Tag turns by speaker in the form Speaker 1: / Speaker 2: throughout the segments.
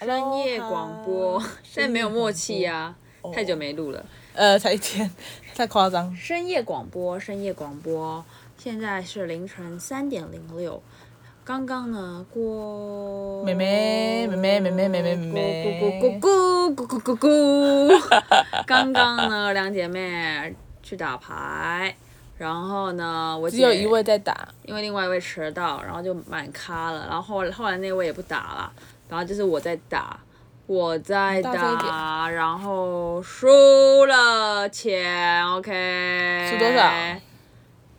Speaker 1: 专业广播，现在没有默契呀、啊，太久没录了。
Speaker 2: 呃，才一天，太夸张。
Speaker 1: 深夜广播，深夜广播，现在是凌晨三点零六。刚刚呢，郭
Speaker 2: 妹妹妹妹妹妹妹妹妹妹
Speaker 1: 咕咕咕咕咕咕咕咕咕， 刚刚呢，两姐妹去打牌，然后呢，我
Speaker 2: 只
Speaker 1: 姐
Speaker 2: 有一位在打，
Speaker 1: 因为另外一位迟到，然后就满咖了，然后后后来那位也不打了，然后就是我在打，我在
Speaker 2: 大声一点
Speaker 1: 打，然后输了钱，OK，
Speaker 2: 输多少？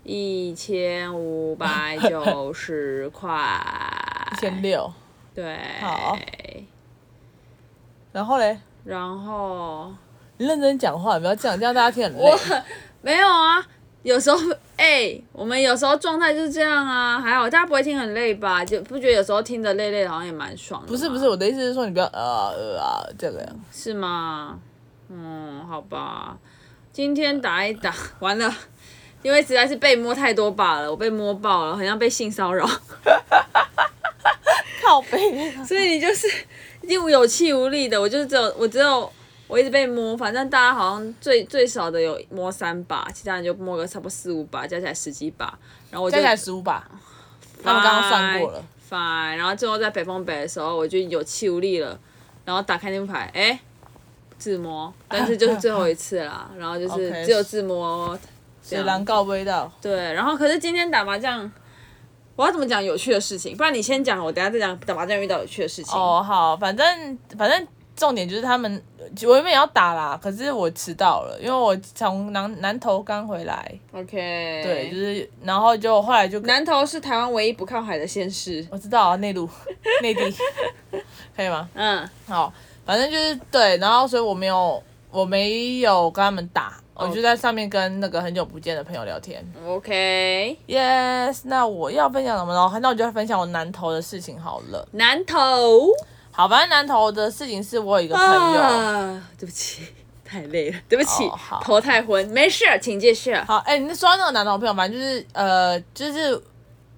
Speaker 1: 一千五百九十块，
Speaker 2: 一千六。
Speaker 1: 对，
Speaker 2: 好然后嘞，
Speaker 1: 然后
Speaker 2: 你认真讲话，不要这样，这样大家听很累。
Speaker 1: 没有啊。有时候， 哎、我们有时候状态就是这样啊，还好大家不会听很累吧？就不觉得有时候听着累累的好像也蛮爽的吗。
Speaker 2: 不是不是，我的意思是说你不要呃呃啊这个样。
Speaker 1: 是吗？嗯，好吧。今天打一打， 完了，因为实在是被摸太多把了，我被摸爆了，好像被性骚扰，
Speaker 2: 靠背。
Speaker 1: 所以你就是已经有气无力的。我就是只有我只有我一直被摸，反正大家好像最最少的有摸三把，其他人就摸个差不多四五把，加起来十几把，然后我就
Speaker 2: 加起来十五把，他们刚刚算过了。
Speaker 1: fine，然后最后在北风北的时候，我就有气无力了，然后打开那副牌，哎、自摸，但是就是最后一次啦，然后就是
Speaker 2: OK
Speaker 1: 只有自摸这
Speaker 2: 水狼
Speaker 1: 样。
Speaker 2: 告味道，
Speaker 1: 对，然后可是今天打麻将，我要怎么讲有趣的事情？不然你先讲，我等一下再讲打麻将遇到有趣的事情。
Speaker 2: 哦，好，反正反正重点就是他们，我原本要打啦，可是我迟到了，因为我从南南投刚回来，
Speaker 1: ，OK，
Speaker 2: 对，就是然后就后来就
Speaker 1: 南投是台湾唯一不靠海的县市。
Speaker 2: 我知道啊，内陆内 地可以吗？
Speaker 1: 嗯，
Speaker 2: 好，反正就是对，然后所以我没有我没有跟他们打，我
Speaker 1: 哦
Speaker 2: 就在上面跟那个很久不见的朋友聊天。
Speaker 1: OK，
Speaker 2: Yes，那我要分享什么呢？那我就来分享我南投的事情好了。
Speaker 1: 南投。
Speaker 2: 好，反正南投的事情是我有一个朋友。
Speaker 1: 啊，对不起，太累了，对不起，
Speaker 2: 哦好
Speaker 1: 头太昏，没事，请继续。
Speaker 2: 好，哎、你说到那个男同朋友，反正就是呃，就是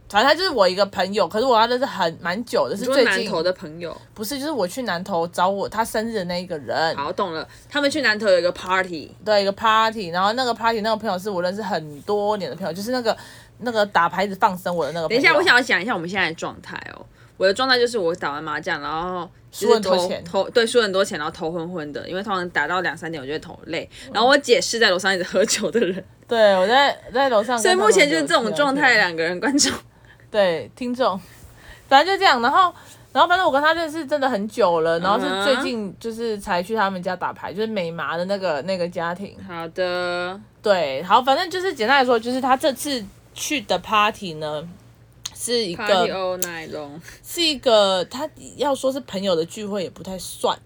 Speaker 2: 反正他就是我一个朋友，可是我跟他认识很蛮久的，是
Speaker 1: 说
Speaker 2: 最
Speaker 1: 南
Speaker 2: 近
Speaker 1: 投的朋友，
Speaker 2: 不是，就是我去南投找我他生日的那一个人，
Speaker 1: 好懂了，他们去南投有一个 party，
Speaker 2: 对一个 party，然后那个 party 那个朋友是我认识很多年的朋友，就是那个那个打牌子放生我的那个
Speaker 1: 等
Speaker 2: 朋友。
Speaker 1: 一下，我想要讲一下我们现在的状态哦。我的状态就是我打完麻将，然后就
Speaker 2: 输
Speaker 1: 是
Speaker 2: 很多
Speaker 1: 头
Speaker 2: 钱
Speaker 1: 头对输很多钱，然后头昏昏的，因为通常打到两三点我就会头累。
Speaker 2: 嗯
Speaker 1: 然后我姐是在楼上一直喝酒的 人，
Speaker 2: 对我在在楼上，
Speaker 1: 所以目前就是这种状态，。两个人观众。
Speaker 2: 对，听众，反正就这样，然后。然后反正我跟他认识真的很久了，然后
Speaker 1: 嗯哼
Speaker 2: 是最近就是才去他们家打牌，就是美麻的那个那个家庭。
Speaker 1: 好的，
Speaker 2: 对，好，反正就是简单来说，就是他这次去的 party 呢，是一
Speaker 1: party 哦
Speaker 2: 个
Speaker 1: all night long，
Speaker 2: 是一个，他要说是朋友的聚会也不太算，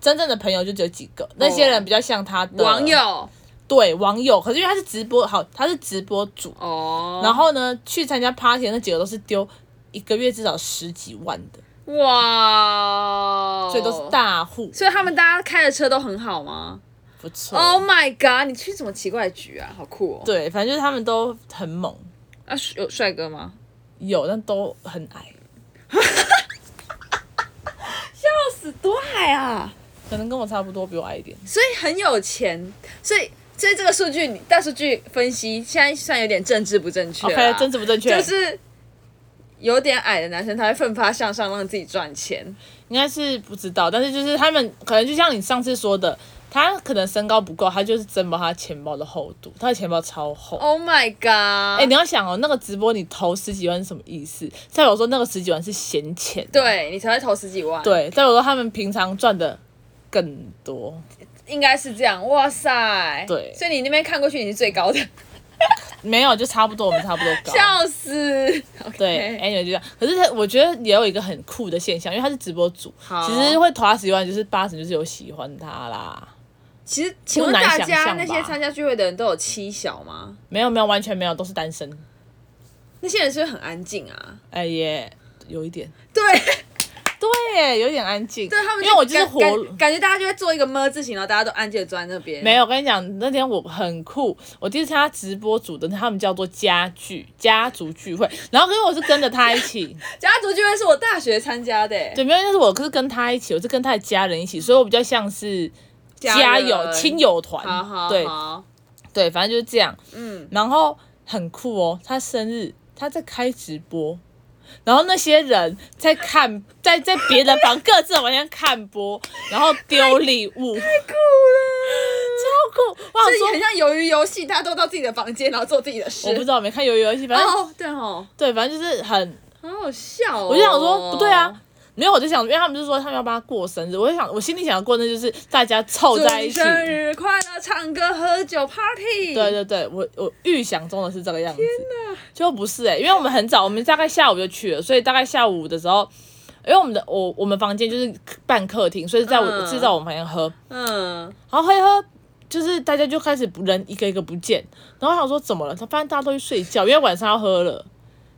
Speaker 2: 真正的朋友就只有几个，那些人比较像他的
Speaker 1: 哦网，友
Speaker 2: 对网友。可是因为他是直播，好，他是直播主，
Speaker 1: 哦，
Speaker 2: 然后呢，去参加 party 的那几个都是丢一个月至少十几万的，
Speaker 1: 哇，
Speaker 2: 所以都是大户，
Speaker 1: 所以他们大家开的车都很好吗
Speaker 2: 不错。
Speaker 1: ？Oh my god！你去什么奇怪的局啊？好酷哦！
Speaker 2: 对，反正就是他们都很猛，
Speaker 1: 啊，有帅哥吗？
Speaker 2: 有但都很矮，
Speaker 1: 笑死，多矮啊！
Speaker 2: 可能跟我差不多，比我矮一点。
Speaker 1: 所以很有钱，所以所以这个数据你大数据分析现在算有点政治不正确啦
Speaker 2: OK，政治不正确，
Speaker 1: 就是有点矮的男生他会奋发向上，让自己赚钱。
Speaker 2: 应该是不知道，但是就是他们可能就像你上次说的，他可能身高不够，他就是增薄他钱包的厚度，他的钱包超厚。哎、
Speaker 1: Oh my god！
Speaker 2: 你要想哦，那个直播你投十几万是什么意思？再我说那个十几万是闲钱，
Speaker 1: 对你才会投十几万，，
Speaker 2: 对，再我说他们平常赚的更多，
Speaker 1: 应该是这样。哇塞，
Speaker 2: 对
Speaker 1: 所以你那边看过去你是最高的，
Speaker 2: 没有就差不多，我们差不多高。
Speaker 1: 笑死。
Speaker 2: 对，anyway 就这样。可是他我觉得也有一个很酷的现象，因为他是直播主，
Speaker 1: 好
Speaker 2: 其实会投他十几万，就是八成就是有喜欢他啦。
Speaker 1: 其实，请问
Speaker 2: 不难
Speaker 1: 大
Speaker 2: 想
Speaker 1: 家
Speaker 2: 象
Speaker 1: 那
Speaker 2: 吧
Speaker 1: 些参加聚会的人都有妻小吗？
Speaker 2: 没有没有，完全没有，都是单身。
Speaker 1: 那些人是不是很安静啊？
Speaker 2: 哎也有一点。
Speaker 1: 对，
Speaker 2: 对耶，有点安静。
Speaker 1: 对他们就感，哎
Speaker 2: 因为我就是活
Speaker 1: 感感觉大家就会做一个么字形，然后大家都安静的坐在那边。
Speaker 2: 没有，我跟你讲，那天我很酷，我第一次参加直播组的，他们叫做家聚家族聚会，然后因为我是跟着他一起，
Speaker 1: 家族聚会是我大学参加的、欸，
Speaker 2: 对，没有，但是我是跟他一起，我是跟他的家人一起，所以我比较像是家友
Speaker 1: 人
Speaker 2: 亲。友团
Speaker 1: 好，好
Speaker 2: 对
Speaker 1: 好，
Speaker 2: 对，反正就是这样。
Speaker 1: 嗯，
Speaker 2: 然后很酷哦，他生日他在开直播，然后那些人在看，在在别人房各自往前看播，然后丢礼物，超
Speaker 1: 酷了。
Speaker 2: 酷！我想
Speaker 1: 哦这很
Speaker 2: 说，
Speaker 1: 像鱿鱼游戏，大家都到自己的房间，然后做自己的事。
Speaker 2: 我不知道，哎没看鱿鱼游戏，反正、
Speaker 1: 哦，对哦，
Speaker 2: 对，反正就是很，
Speaker 1: 好好笑哦。
Speaker 2: 我就想说不对啊。没有，我就想，因为他们就说他们要帮他过生日，我就想，我心里想要过的就是大家凑
Speaker 1: 祝
Speaker 2: 在一
Speaker 1: 你
Speaker 2: 起，
Speaker 1: 生日快乐，唱歌、喝酒、party。
Speaker 2: 对对对，我我预想中的是这个样子，就不是哎、因为我们很早，我们大概下午就去了，所以大概下午的时候，因为我们的我我们房间就是半客厅，所以在我、
Speaker 1: 嗯
Speaker 2: 是在我们房间喝，
Speaker 1: 嗯，
Speaker 2: 然后喝一喝，就是大家就开始不人一个一个不见，然后我想说怎么了？他发现大家都去睡觉，因为晚上要喝了。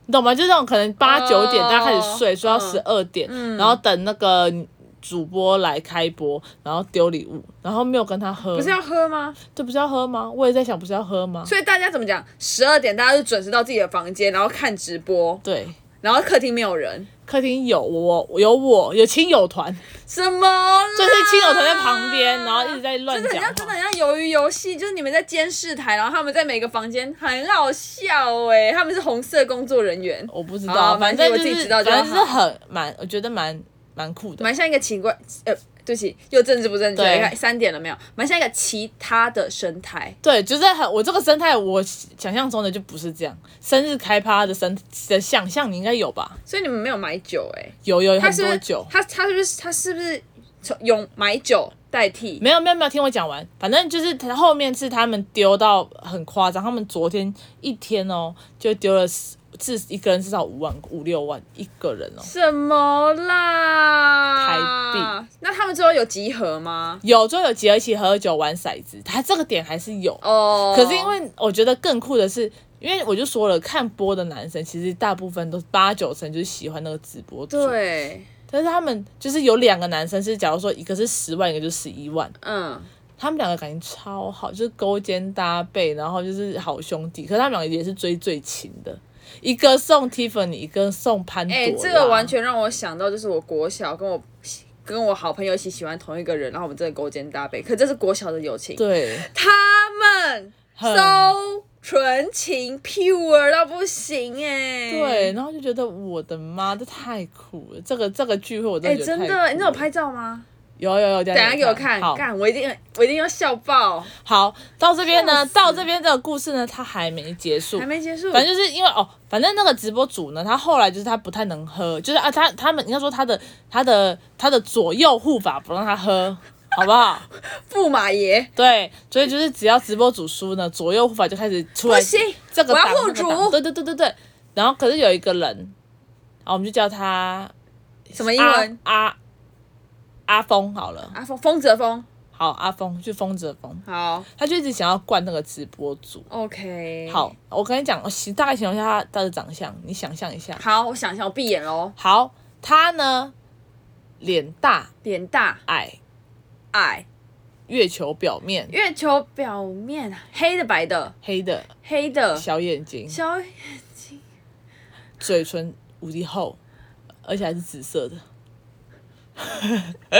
Speaker 2: 你懂吗？就那种可能八
Speaker 1: 哦
Speaker 2: 九点大家开始睡，睡到十二点，然后等那个主播来开播，然后丢礼物，然后没有跟他喝，
Speaker 1: 不是要喝吗？
Speaker 2: 这不是要喝吗？我也在想，不是要喝吗？
Speaker 1: 所以大家怎么讲？十二点大家就准时到自己的房间，然后看直播，
Speaker 2: 对，
Speaker 1: 然后客厅没有人，
Speaker 2: 客厅有我，有我，有亲友团，
Speaker 1: 什么啦？
Speaker 2: 就是亲友团在旁边，然后一直在乱
Speaker 1: 真的很
Speaker 2: 讲
Speaker 1: 像，真的
Speaker 2: 话。
Speaker 1: 很像鱿鱼游戏，就是你们在监视台，然后他们在每个房间，很好笑哎、他们是红色工作人员，
Speaker 2: 我不知
Speaker 1: 好
Speaker 2: 道，
Speaker 1: 啊
Speaker 2: 反
Speaker 1: 反正
Speaker 2: 正就
Speaker 1: 我自己
Speaker 2: 是
Speaker 1: 知道
Speaker 2: 反
Speaker 1: 就好
Speaker 2: 正是很蛮，我觉得蛮蛮酷的。
Speaker 1: 蛮像一个奇怪，呃，对不起，又政治不正确，
Speaker 2: 对
Speaker 1: 你看三点了没有？蛮像一个其他的生态，
Speaker 2: 对，就是很我这个生态，我想象中的就不是这样。生日开趴的生的想象，你应该有吧？
Speaker 1: 所以你们没有买酒哎、
Speaker 2: 有有有
Speaker 1: 他
Speaker 2: 很
Speaker 1: 是不
Speaker 2: 多
Speaker 1: 是
Speaker 2: 酒，
Speaker 1: 他他是不是他是不是从用买酒代替？
Speaker 2: 没有没有没有，听我讲完。反正就是他后面是他们丢到很夸张，他们昨天一天哦就丢了四至一个人至少五万五六万一个人哦。
Speaker 1: 什么啦？
Speaker 2: 台
Speaker 1: 币？那他们最后有集合吗？
Speaker 2: 有就有集合一起喝酒玩骰子，他这个点还是有。
Speaker 1: 哦，
Speaker 2: 可是因为我觉得更酷的是，因为我就说了，看播的男生其实大部分都八九成就是喜欢那个直播主，。
Speaker 1: 对，
Speaker 2: 但是他们就是有两个男生是，假如说一个是十万，一个就十一万，
Speaker 1: 嗯，
Speaker 2: 他们两个感情超好，就是勾肩搭背，然后就是好兄弟。可是他们两个也是追最勤的，一个送 Tiffany，一个送潘朵拉。
Speaker 1: 哎、这个完全让我想到，就是我国小跟我跟我好朋友一起喜欢同一个人，然后我们真的勾肩搭背，可这是国小的友情。
Speaker 2: 对，
Speaker 1: 他们
Speaker 2: 很
Speaker 1: so 纯情 pure 到不行哎、
Speaker 2: 对，，然后就觉得我的妈，这太酷了！这个这个聚会我真
Speaker 1: 哎、
Speaker 2: 的觉得
Speaker 1: 真
Speaker 2: 太酷
Speaker 1: 的，你有
Speaker 2: 了
Speaker 1: 拍照吗？
Speaker 2: 有有有，等
Speaker 1: 等一下给我看
Speaker 2: 看。，好，
Speaker 1: 看我一定我一定要笑爆，
Speaker 2: 好，到这边呢
Speaker 1: 笑，死
Speaker 2: 到这边这个故事呢，它还没结束
Speaker 1: 还。没结 束，
Speaker 2: 反正就是因为哦，反正那个直播主呢，他后来就是他不太能喝，就是啊，他他们应该说他的他的他的左右护法不让他喝，好不好？
Speaker 1: 驸马爷
Speaker 2: 对，所以就是只要直播主输呢，左右护法就开始出来
Speaker 1: 不行
Speaker 2: 这个
Speaker 1: 我要
Speaker 2: 挡
Speaker 1: 护
Speaker 2: 那个挡
Speaker 1: 主
Speaker 2: 对对对对对。然后可是有一个人，然后我们就叫他啊
Speaker 1: 什么英文？
Speaker 2: 阿阿阿峰好了，
Speaker 1: 啊，风风泽风，
Speaker 2: 好阿峰就风着风，
Speaker 1: 好
Speaker 2: 他就一直想要灌那个直播主。
Speaker 1: ，OK，，
Speaker 2: 好，我跟你讲，我形大概形容一下他的长相，你想象一下。
Speaker 1: 好，我想一下，我闭眼喽，
Speaker 2: 好，他呢，脸大
Speaker 1: 脸大
Speaker 2: 矮，
Speaker 1: 矮，
Speaker 2: 月球表面
Speaker 1: 月球表面黑的白的，
Speaker 2: 黑的
Speaker 1: 黑的
Speaker 2: 小眼睛，
Speaker 1: 小
Speaker 2: 嘴唇无敌厚，而且还是紫色的。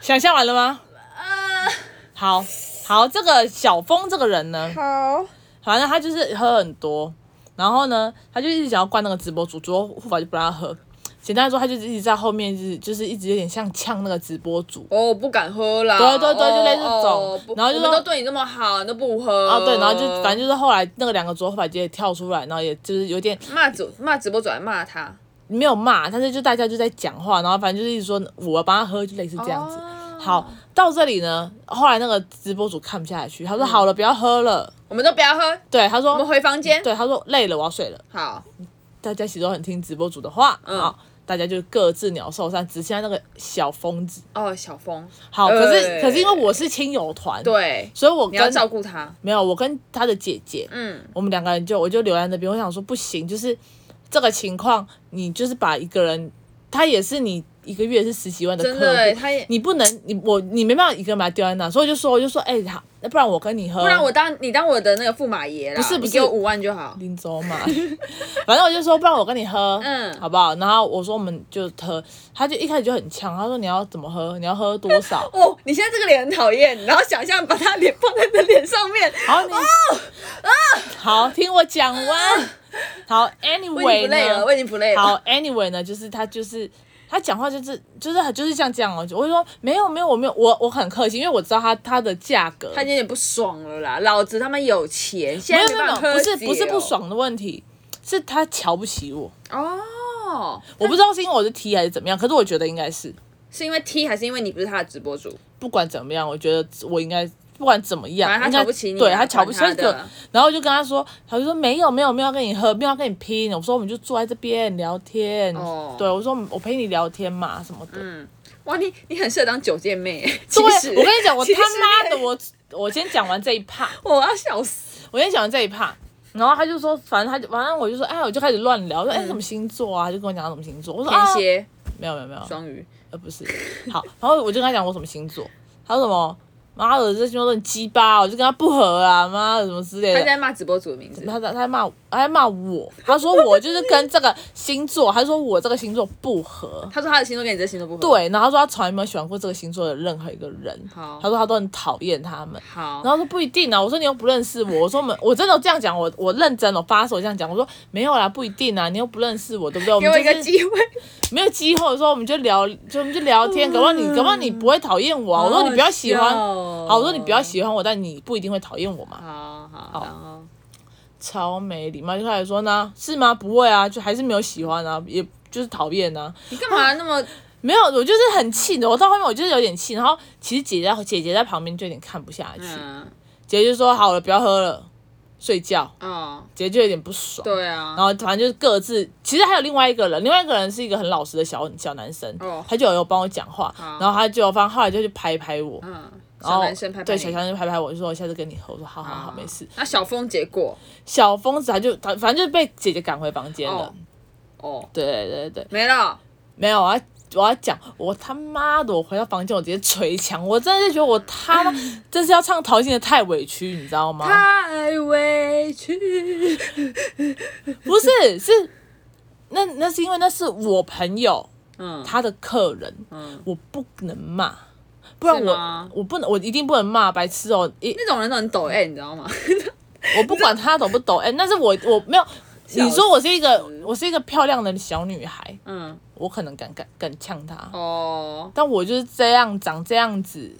Speaker 2: 想象完了吗？
Speaker 1: 呃，
Speaker 2: 好好，这个小峰这个人呢，
Speaker 1: 好，
Speaker 2: 反正他就是喝很多，然后呢，他就一直想要灌那个直播主，主播护法就不让他喝。简单来说，他就一直在后面，就是就是一直有点像呛那个直播主
Speaker 1: 哦，不敢喝啦，
Speaker 2: 对对对就类似这种
Speaker 1: 哦不
Speaker 2: 然后就
Speaker 1: 我
Speaker 2: 说
Speaker 1: 们都对你这么好，你都不喝
Speaker 2: 啊，对，然
Speaker 1: 呃
Speaker 2: 后就反正就是后来那个两个主播护法就也跳出来，然后也就是有点
Speaker 1: 骂主骂直播主还骂他，
Speaker 2: 没有骂，但是就大家就在讲话，然后反正就是一直说我帮他喝，就类似这样子。
Speaker 1: 哦
Speaker 2: 好，到这里呢，后来那个直播主看不下去，
Speaker 1: 嗯
Speaker 2: 他说好了，不要喝了。
Speaker 1: 我们都不要喝，
Speaker 2: 对，他
Speaker 1: 我们
Speaker 2: 说，
Speaker 1: 回房间。
Speaker 2: 哦 对，他说累了，我要睡了。
Speaker 1: 好，
Speaker 2: 大家其实都很听直播主的话，
Speaker 1: 嗯
Speaker 2: 好，大家就各自鸟兽散，只剩下那个小疯子。
Speaker 1: 哦，小峰，
Speaker 2: 好，可是、
Speaker 1: 哎
Speaker 2: 可是因为我是亲友团，，
Speaker 1: 对，
Speaker 2: 所以我
Speaker 1: 你要
Speaker 2: 跟
Speaker 1: 照顾他。
Speaker 2: 没有我跟他的姐姐，
Speaker 1: 嗯，
Speaker 2: 我们两个人就我就留在那边，我想说不行，就是这个情况，你就是把一个人。它也是你一个月是十几万的客
Speaker 1: 真的欸，
Speaker 2: 户，
Speaker 1: 他也
Speaker 2: 你不能你我你没办法一个人把它丢在那，所以我就说我就说哎、好，那不然我跟你喝，
Speaker 1: 不然我当你当我的那个驸马爷啦，
Speaker 2: 不是不
Speaker 1: 你
Speaker 2: 是
Speaker 1: 给我五万就好。
Speaker 2: 林州嘛， 反正我就说，不然我跟你喝，
Speaker 1: 嗯？
Speaker 2: 好不好？然后我说我们就喝，他就一开始就很呛，他说你要怎么喝，你要喝多少
Speaker 1: 哦，你现在这个脸很讨厌，然后想象把他脸放在你的脸上面，
Speaker 2: 好，你、
Speaker 1: 哦
Speaker 2: 好，听我讲完。好
Speaker 1: 啊我已经
Speaker 2: ，anyway
Speaker 1: 不累了，
Speaker 2: 呢
Speaker 1: 我，已经不累了。
Speaker 2: 好，anyway 呢，就是他就是他讲话就是就是很就是像这样哦，我就说没有没有我没有我我很客气，因为我知道他他的价格，
Speaker 1: 他已经有点不爽了啦，老子他妈有钱，现
Speaker 2: 没
Speaker 1: 在没
Speaker 2: 有没
Speaker 1: 办
Speaker 2: 有
Speaker 1: 法哦
Speaker 2: 没有
Speaker 1: 喝
Speaker 2: 不是
Speaker 1: 酒
Speaker 2: 不是不爽的问题，是他瞧不起我，
Speaker 1: 哦，
Speaker 2: 我不知道是因为我是 T 还是怎么样，可是我觉得应该是。
Speaker 1: 是因为 T 还是因为你不是他的直播主？
Speaker 2: 不管怎么样，我觉得我应该不管怎么样，
Speaker 1: 反正他
Speaker 2: 应该
Speaker 1: 瞧不起你啊
Speaker 2: 对他瞧不起
Speaker 1: 管他的
Speaker 2: 所以就 然后我就跟他说，他就说没有没有没有要跟你喝，没有要跟你拼，我说我们就坐在这边聊天，
Speaker 1: 哦
Speaker 2: 对我说我陪你聊天嘛什么的，
Speaker 1: 哇，你你很适合当酒店妹， 其实
Speaker 2: 对，我跟你讲，我他
Speaker 1: 其实
Speaker 2: 妈的我我先讲完这一趴，
Speaker 1: 我要笑死，
Speaker 2: 我先讲完这一趴。然后他就说，反正他就，反正我就说，哎，我就开始乱聊，我说，
Speaker 1: 嗯
Speaker 2: 哎，什么星座啊？他就跟我讲什么星座，我说
Speaker 1: 天
Speaker 2: 啊，
Speaker 1: 蝎、
Speaker 2: 没有没有没有，
Speaker 1: 双鱼，
Speaker 2: 呃，不是，好，然后我就跟他讲我什么星座，他说什么，妈的，这星座都很鸡巴，哦我就跟他不合啊，妈的什么之类
Speaker 1: 他
Speaker 2: 的。
Speaker 1: 在骂直播主的名字。
Speaker 2: 他在他在骂我，他在骂我，他说我就是跟这个星座，他说我这个星座不合。
Speaker 1: 他说他的星座跟你这星座不合。，
Speaker 2: 对，然后他说他从来没有喜欢过这个星座的任何一个人，
Speaker 1: 好
Speaker 2: 他说他都很讨厌他们。
Speaker 1: 好，
Speaker 2: 然后说不一定啊，我说你又不认识我，我说我们我真的这样讲，我我认真，我哦发手这样讲，我说没有啦，不一定啊，你又不认识我，对不对？我
Speaker 1: 给
Speaker 2: 们
Speaker 1: 我
Speaker 2: 就
Speaker 1: 一个
Speaker 2: 是
Speaker 1: 机会，
Speaker 2: 没有机会的时候，我们就聊，就我们就聊天。搞不好你，搞不好你不会讨厌我、啊。我说你不要喜欢，
Speaker 1: 好好笑
Speaker 2: 好，我说你不要喜欢我，但你不一定会讨厌我嘛。
Speaker 1: 好好，然后
Speaker 2: 超没礼貌，就开始说呢，是吗？不会啊，就还是没有喜欢啊，也就是讨厌啊。
Speaker 1: 你干嘛那么
Speaker 2: 没有，我就是很气的。我到后面我就是有点气，然后其实姐姐在姐姐在旁边就有点看不下去，
Speaker 1: 嗯
Speaker 2: 姐姐就说好了，不要喝了，睡觉。
Speaker 1: 哦？
Speaker 2: 姐姐就有点不爽。
Speaker 1: 对啊
Speaker 2: 然，后反正就是各自，其实还有另外一个人，另外一个人是一个很老实的小小男生，
Speaker 1: 哦
Speaker 2: 他就有帮我讲话，然后他就反正后来就去拍拍我，
Speaker 1: 嗯，
Speaker 2: 然
Speaker 1: 小
Speaker 2: 后
Speaker 1: 男生拍拍
Speaker 2: 对
Speaker 1: 你
Speaker 2: 小男生拍拍我，就说我下次跟你喝，我说好好好，没事。。
Speaker 1: 那小峰结果
Speaker 2: 小疯子他就他反正就被姐姐赶回房间了
Speaker 1: 哦，哦
Speaker 2: 对对对对，
Speaker 1: 没了，
Speaker 2: 没有我要我要讲，我他妈的，我回到房间我直接捶墙，我真的是觉得我他 妈真是要唱陶心的太委屈，你知道吗？
Speaker 1: 太委屈。
Speaker 2: 不是，是那那是因为那是我朋友
Speaker 1: 嗯
Speaker 2: 他的客人，
Speaker 1: 嗯，
Speaker 2: 我不能骂，不然
Speaker 1: 是吗
Speaker 2: 我我不能，我一定不能骂白痴哦、一
Speaker 1: 那种人都很抖欸 M，你知道吗？
Speaker 2: 我不管他懂不 懂，哎、但是我我没有，
Speaker 1: 死
Speaker 2: 你说我是一个我是一个漂亮的小女孩，
Speaker 1: 嗯，
Speaker 2: 我可能敢敢敢呛他，
Speaker 1: 哦，
Speaker 2: 但我就是这样长这样子，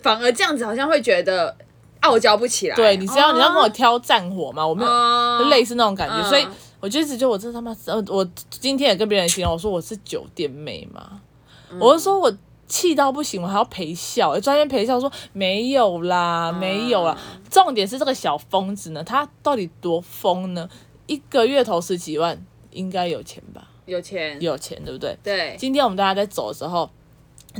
Speaker 1: 反而这样子好像会觉得傲娇不起来。
Speaker 2: 对，你是要、
Speaker 1: 哦
Speaker 2: 你要跟我挑战火嘛，我没有、
Speaker 1: 哦，
Speaker 2: 类似那种感觉，
Speaker 1: 嗯
Speaker 2: 所以我就一直觉得我这他妈，呃我今天也跟别人形容我说我是酒店妹嘛，
Speaker 1: 嗯
Speaker 2: 我就说我。气到不行，我还要陪笑，哎专业陪笑说没有啦，没有啦。
Speaker 1: 嗯
Speaker 2: 重点是这个小疯子呢，他到底多疯呢？一个月投十几万，应该有钱吧？
Speaker 1: 有钱，
Speaker 2: 有钱对不对？
Speaker 1: 对，
Speaker 2: 今天我们大家在走的时候，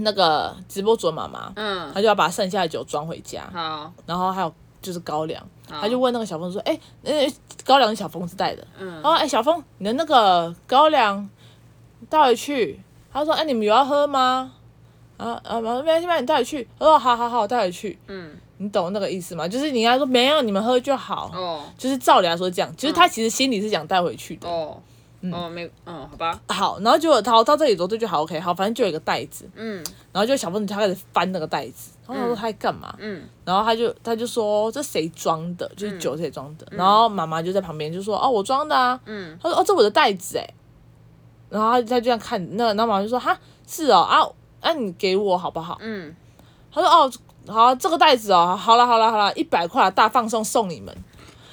Speaker 2: 那个直播主的妈妈，
Speaker 1: 嗯
Speaker 2: 她，就要把剩下的酒装回家，
Speaker 1: 好，
Speaker 2: 然后还有就是高粱，
Speaker 1: 好
Speaker 2: 她就问那个小疯子说：“哎、那高粱是小疯子带的，
Speaker 1: 嗯
Speaker 2: 然后哎、小峰，你的那个高粱带回去。他说，哎、你们有要喝吗？啊啊，没关系，没关系，你带回去。我说，好好好，我带回去。
Speaker 1: 嗯，
Speaker 2: 你懂那个意思吗？就是你跟他说没有，你们喝就好。
Speaker 1: 哦，嗯
Speaker 2: 就是照理来说这样，就是他其实心里是想带回去的。
Speaker 1: 哦，哦，没，嗯，好吧，
Speaker 2: 好，然后结果他到这里之后，就觉得好 OK，好，反正就有一个袋子，
Speaker 1: 嗯
Speaker 2: 然后就小峰他开始翻那个袋子，然后他说他在干嘛？
Speaker 1: 嗯，
Speaker 2: 然后他就他就说这谁装的，就是酒谁装的，然后妈妈就在旁边就说哦我装的啊，
Speaker 1: 嗯，
Speaker 2: 他说哦这我的袋子哎，然后他他就这样看那，然后妈妈就说哈是哦啊那、你给我好不好？
Speaker 1: 嗯，
Speaker 2: 他说哦好啊这个袋子哦好了好了好了一百块啊大放送送你们，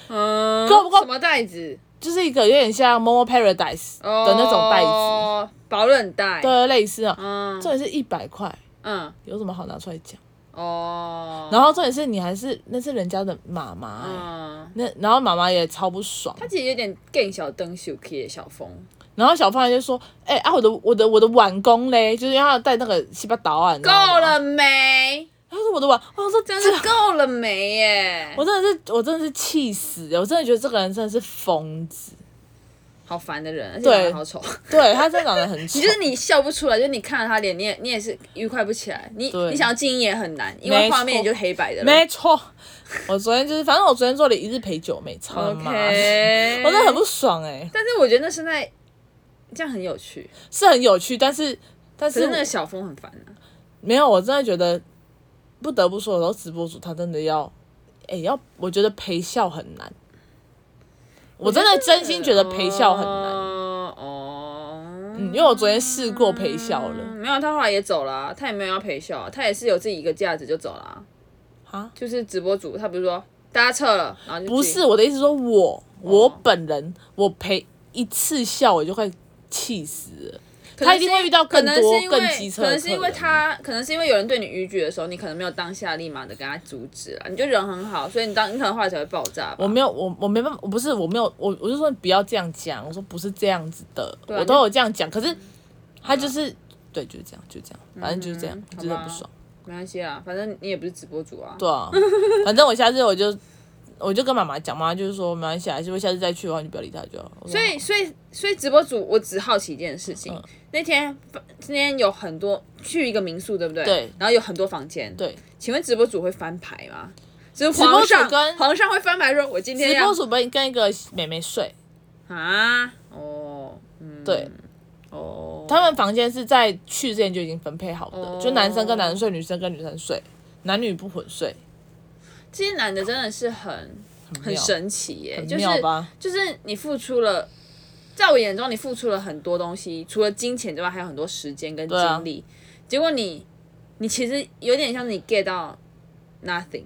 Speaker 1: 嗯，
Speaker 2: 够不够
Speaker 1: 什么袋子？
Speaker 2: 就是一个有点像 Momo Paradise
Speaker 1: 哦
Speaker 2: 的那种袋子，
Speaker 1: 子，保冷袋，，
Speaker 2: 对类似啊，
Speaker 1: 嗯
Speaker 2: 重点是一百块
Speaker 1: 嗯，
Speaker 2: 有什么好拿出来讲？
Speaker 1: 哦，
Speaker 2: 然后重点是你还是那是人家的妈妈欸、
Speaker 1: 嗯，
Speaker 2: 那然后妈妈也超不爽，
Speaker 1: 他其实有点更小灯小 K 的小风，
Speaker 2: 然后小胖就说：“哎、啊，我的我的我的碗工嘞，就是因为他带那个西巴刀啊，你知
Speaker 1: 够
Speaker 2: 道吗。
Speaker 1: 了没？”
Speaker 2: 他说：“我的碗，哦我说
Speaker 1: 真
Speaker 2: 真
Speaker 1: 的
Speaker 2: 的，
Speaker 1: 够了没耶？
Speaker 2: 我真的是我真的是气死了，我真的觉得这个人真的是疯子。
Speaker 1: 好烦的人，而且
Speaker 2: 对
Speaker 1: 长得好丑。
Speaker 2: 对他真的长得很丑，
Speaker 1: 就是 你笑不出来，就是你看着他脸，你也你也是愉快不起来，你
Speaker 2: 对
Speaker 1: 你想要静音也很难，因
Speaker 2: 没
Speaker 1: 为
Speaker 2: 错
Speaker 1: 画面也就是黑白的了。
Speaker 2: 没错。我昨天就是，反正我昨天做了一日陪酒妹，超妈的，
Speaker 1: OK，
Speaker 2: 我真的很不爽哎、
Speaker 1: 但是我觉得那现在这样很有趣，
Speaker 2: 是很有趣，但是但
Speaker 1: 可
Speaker 2: 是
Speaker 1: 是那个小峰很烦啊。
Speaker 2: 没有，我真的觉得不得不说，有时候直播主他真的要，哎、要我觉得陪笑很难，我真的真心觉得陪笑很难，
Speaker 1: 哦哦，
Speaker 2: 嗯，因为我昨天试过陪笑了
Speaker 1: 嗯没有，他后来也走了啊、他也没有要陪笑啊、他也是有自己一个价值就走了啊、
Speaker 2: 啊，
Speaker 1: 就是直播主，他不是说大家撤了，然后就
Speaker 2: 不
Speaker 1: 自己
Speaker 2: 是我的意思说我，
Speaker 1: 哦
Speaker 2: 我本人我陪一次笑我就快气死了，
Speaker 1: 可能
Speaker 2: 他一
Speaker 1: 是
Speaker 2: 定会遇到更
Speaker 1: 可能
Speaker 2: 多
Speaker 1: 是因为
Speaker 2: 更机车
Speaker 1: 可
Speaker 2: 的
Speaker 1: 能是
Speaker 2: 客
Speaker 1: 因为
Speaker 2: 人。
Speaker 1: 他，可能是因为有人对你逾矩的时候，你可能没有当下立马的跟他阻止啊，你就人很好，所以你当你可能后来才会爆炸吧。
Speaker 2: 我没有，我我没办法，我不是我没有，我我就说你不要这样讲，我说不是这样子的，
Speaker 1: 啊
Speaker 2: 我都有这样讲，可是他就是、对，就是这样，就这样，反正就是这样，
Speaker 1: 嗯好吧
Speaker 2: 真的不爽，
Speaker 1: 没关系啊，反正你也不是直播主啊。
Speaker 2: 对啊， 反正我下次我就我就跟妈妈讲，妈妈就是说没关系啊，如果下次再去的话，你不要理他就好。我说
Speaker 1: 所以，所以，所以直播主，我只好奇一件事情。
Speaker 2: 嗯
Speaker 1: 那天，今天有很多去一个民宿，对不对？
Speaker 2: 对
Speaker 1: 然后有很多房间。。
Speaker 2: 对，
Speaker 1: 请问直播主会翻牌吗？就是
Speaker 2: 播
Speaker 1: 皇
Speaker 2: 主
Speaker 1: 上
Speaker 2: 跟
Speaker 1: 皇上会翻牌说，我今天
Speaker 2: 直
Speaker 1: 要
Speaker 2: 播主跟跟一个妹妹睡，
Speaker 1: 啊，哦，嗯，
Speaker 2: 对，
Speaker 1: 哦，
Speaker 2: 他们房间是在去之前就已经分配好的，
Speaker 1: 哦
Speaker 2: 就男生跟男生睡，女生跟女生睡，男女不混睡，
Speaker 1: 这些男的真的是很很
Speaker 2: 妙
Speaker 1: 神奇耶，
Speaker 2: 很
Speaker 1: 就是
Speaker 2: 妙吧？
Speaker 1: 就是你付出了，在我眼中你付出了很多东西，除了金钱之外，还有很多时间跟
Speaker 2: 对啊
Speaker 1: 精力，结果你你其实有点像是你 get 到 nothing。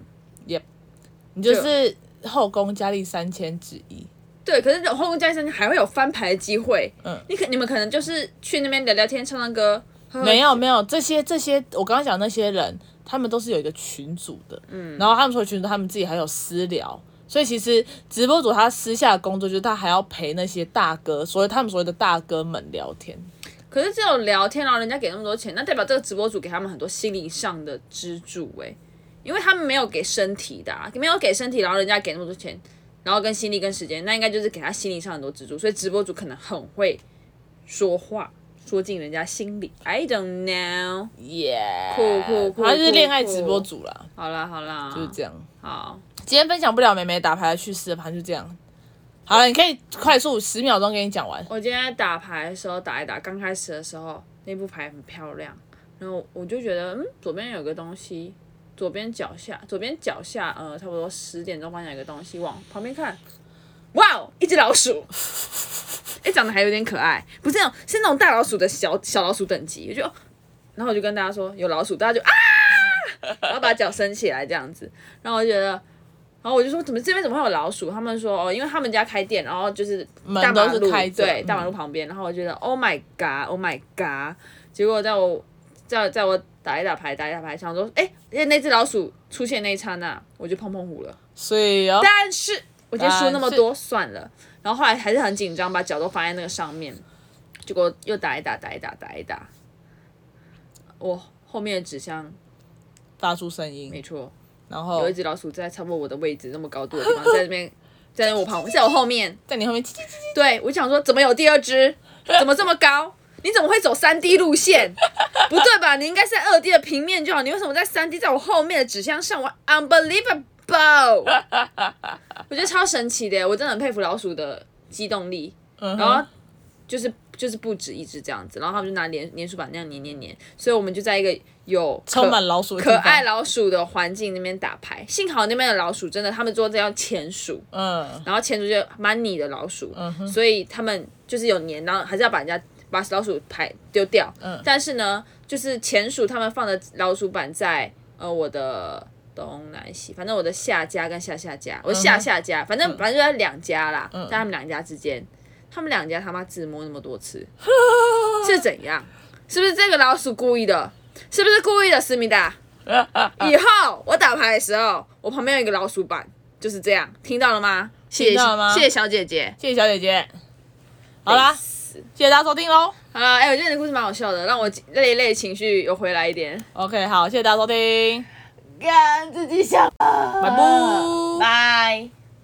Speaker 2: 你就是后宫佳丽三千之一。
Speaker 1: 对，可是后宫加一生还会有翻牌的机会，
Speaker 2: 嗯
Speaker 1: 你可你们可能就是去那边聊聊天、唱唱歌，喝喝
Speaker 2: 没有
Speaker 1: 酒
Speaker 2: 没有，这些这些我刚刚讲那些人，他们都是有一个群组的，嗯，然后他们除了群组，他们自己还有私聊，所以其实直播主他私下的工作就是他还要陪那些大哥，所以他们所谓的大哥们聊天，
Speaker 1: 可是只有聊天，然后人家给那么多钱，那代表这个直播主给他们很多心理上的支柱哎、因为他们没有给身体的、啊，没有给身体，然后人家给那么多钱，然后跟心力跟时间，那应该就是给他心理上很多支柱，所以直播主可能很会说话，说进人家心里。I don't know。
Speaker 2: 耶、
Speaker 1: 酷酷酷
Speaker 2: 他就是
Speaker 1: 酷
Speaker 2: 恋爱
Speaker 1: 酷
Speaker 2: 直播主啦，
Speaker 1: 好啦好啦，
Speaker 2: 就是这样。
Speaker 1: 好，
Speaker 2: 今天分享不了妹妹打牌的趣事，反正就这样。好了，你可以快速十秒钟给你讲完。
Speaker 1: 我今天打牌的时候打一打，刚开始的时候那副牌很漂亮，然后我就觉得嗯，左边有个东西，左边脚下，左边脚下呃，差不多十点钟方向有个东西，往旁边看，哇哦，一只老鼠， 哎、长得还有点可爱，不是那种是那种大老鼠的小小老鼠等级，我就，哦然后我就跟大家说有老鼠，大家就 啊，然后把脚伸起来这样子，然后我觉得。然后我就说，怎么这边怎么会有老鼠？他们说，哦，因为他们家开店，然后就是
Speaker 2: 门
Speaker 1: 大马
Speaker 2: 都是
Speaker 1: 路，
Speaker 2: 开着
Speaker 1: 对，
Speaker 2: 嗯
Speaker 1: 大马路旁边。然后我觉得，Oh my god，Oh my god！结果在我在在我打一打牌，打一打牌，想说，哎，那那只老鼠出现那一刹那，我就碰碰虎了。
Speaker 2: 所以哦，
Speaker 1: 但是我今天说那么
Speaker 2: 但是
Speaker 1: 多算了，然后后来还是很紧张，把脚都放在那个上面，结果又打一打，打一打，打一打，我后面的纸箱
Speaker 2: 发出声
Speaker 1: 没
Speaker 2: 音，
Speaker 1: 错，
Speaker 2: 然后
Speaker 1: 有一只老鼠在差不多我的位置那么高度的地方，在那边，在我旁，在我后面，
Speaker 2: 在你后面叽叽叽叽，
Speaker 1: 对我想说怎么有第二只，怎么这么高？你怎么会走三 D 路线？不对吧？你应该是在二 D 的平面就好，你为什么在三 D 在我后面的纸箱上？我 unbelievable，我觉得超神奇的，我真的很佩服老鼠的机动力。
Speaker 2: 嗯
Speaker 1: 然后
Speaker 2: 哼，
Speaker 1: 就是就是不止一只这样子，然后他们就拿粘粘鼠板那样粘粘粘，所以我们就在一个有可
Speaker 2: 充满老鼠的
Speaker 1: 可
Speaker 2: 地方
Speaker 1: 爱，老鼠的环境那边打牌。幸好那边的老鼠真的，他们做这要潜鼠，
Speaker 2: 嗯，
Speaker 1: 然后牵出去 money 的老鼠，所以他们就是有粘，然后还是要把人家把老鼠牌丢掉。但是呢，就是前鼠他们放的老鼠板在呃我的东南西，反正我的下家跟下下家，我的下下家，反正反正就在两家啦，在他们两家之间，他们两家他妈自摸那么多次，是怎样？是不是这个老鼠故意的？是不是故意的，思密 达？以后我打牌的时候，我旁边有一个老鼠板，就是这样，听到了吗？谢谢
Speaker 2: 听到了吗
Speaker 1: 谢谢小姐姐。
Speaker 2: 谢谢小姐姐。好啦，谢谢大家收听喽。
Speaker 1: 好了，哎、我觉得你的故事蛮好笑的，让我累累情绪有回来一点。
Speaker 2: OK，好，谢谢大家收听，
Speaker 1: 干自己想，
Speaker 2: 拜拜。
Speaker 1: 拜。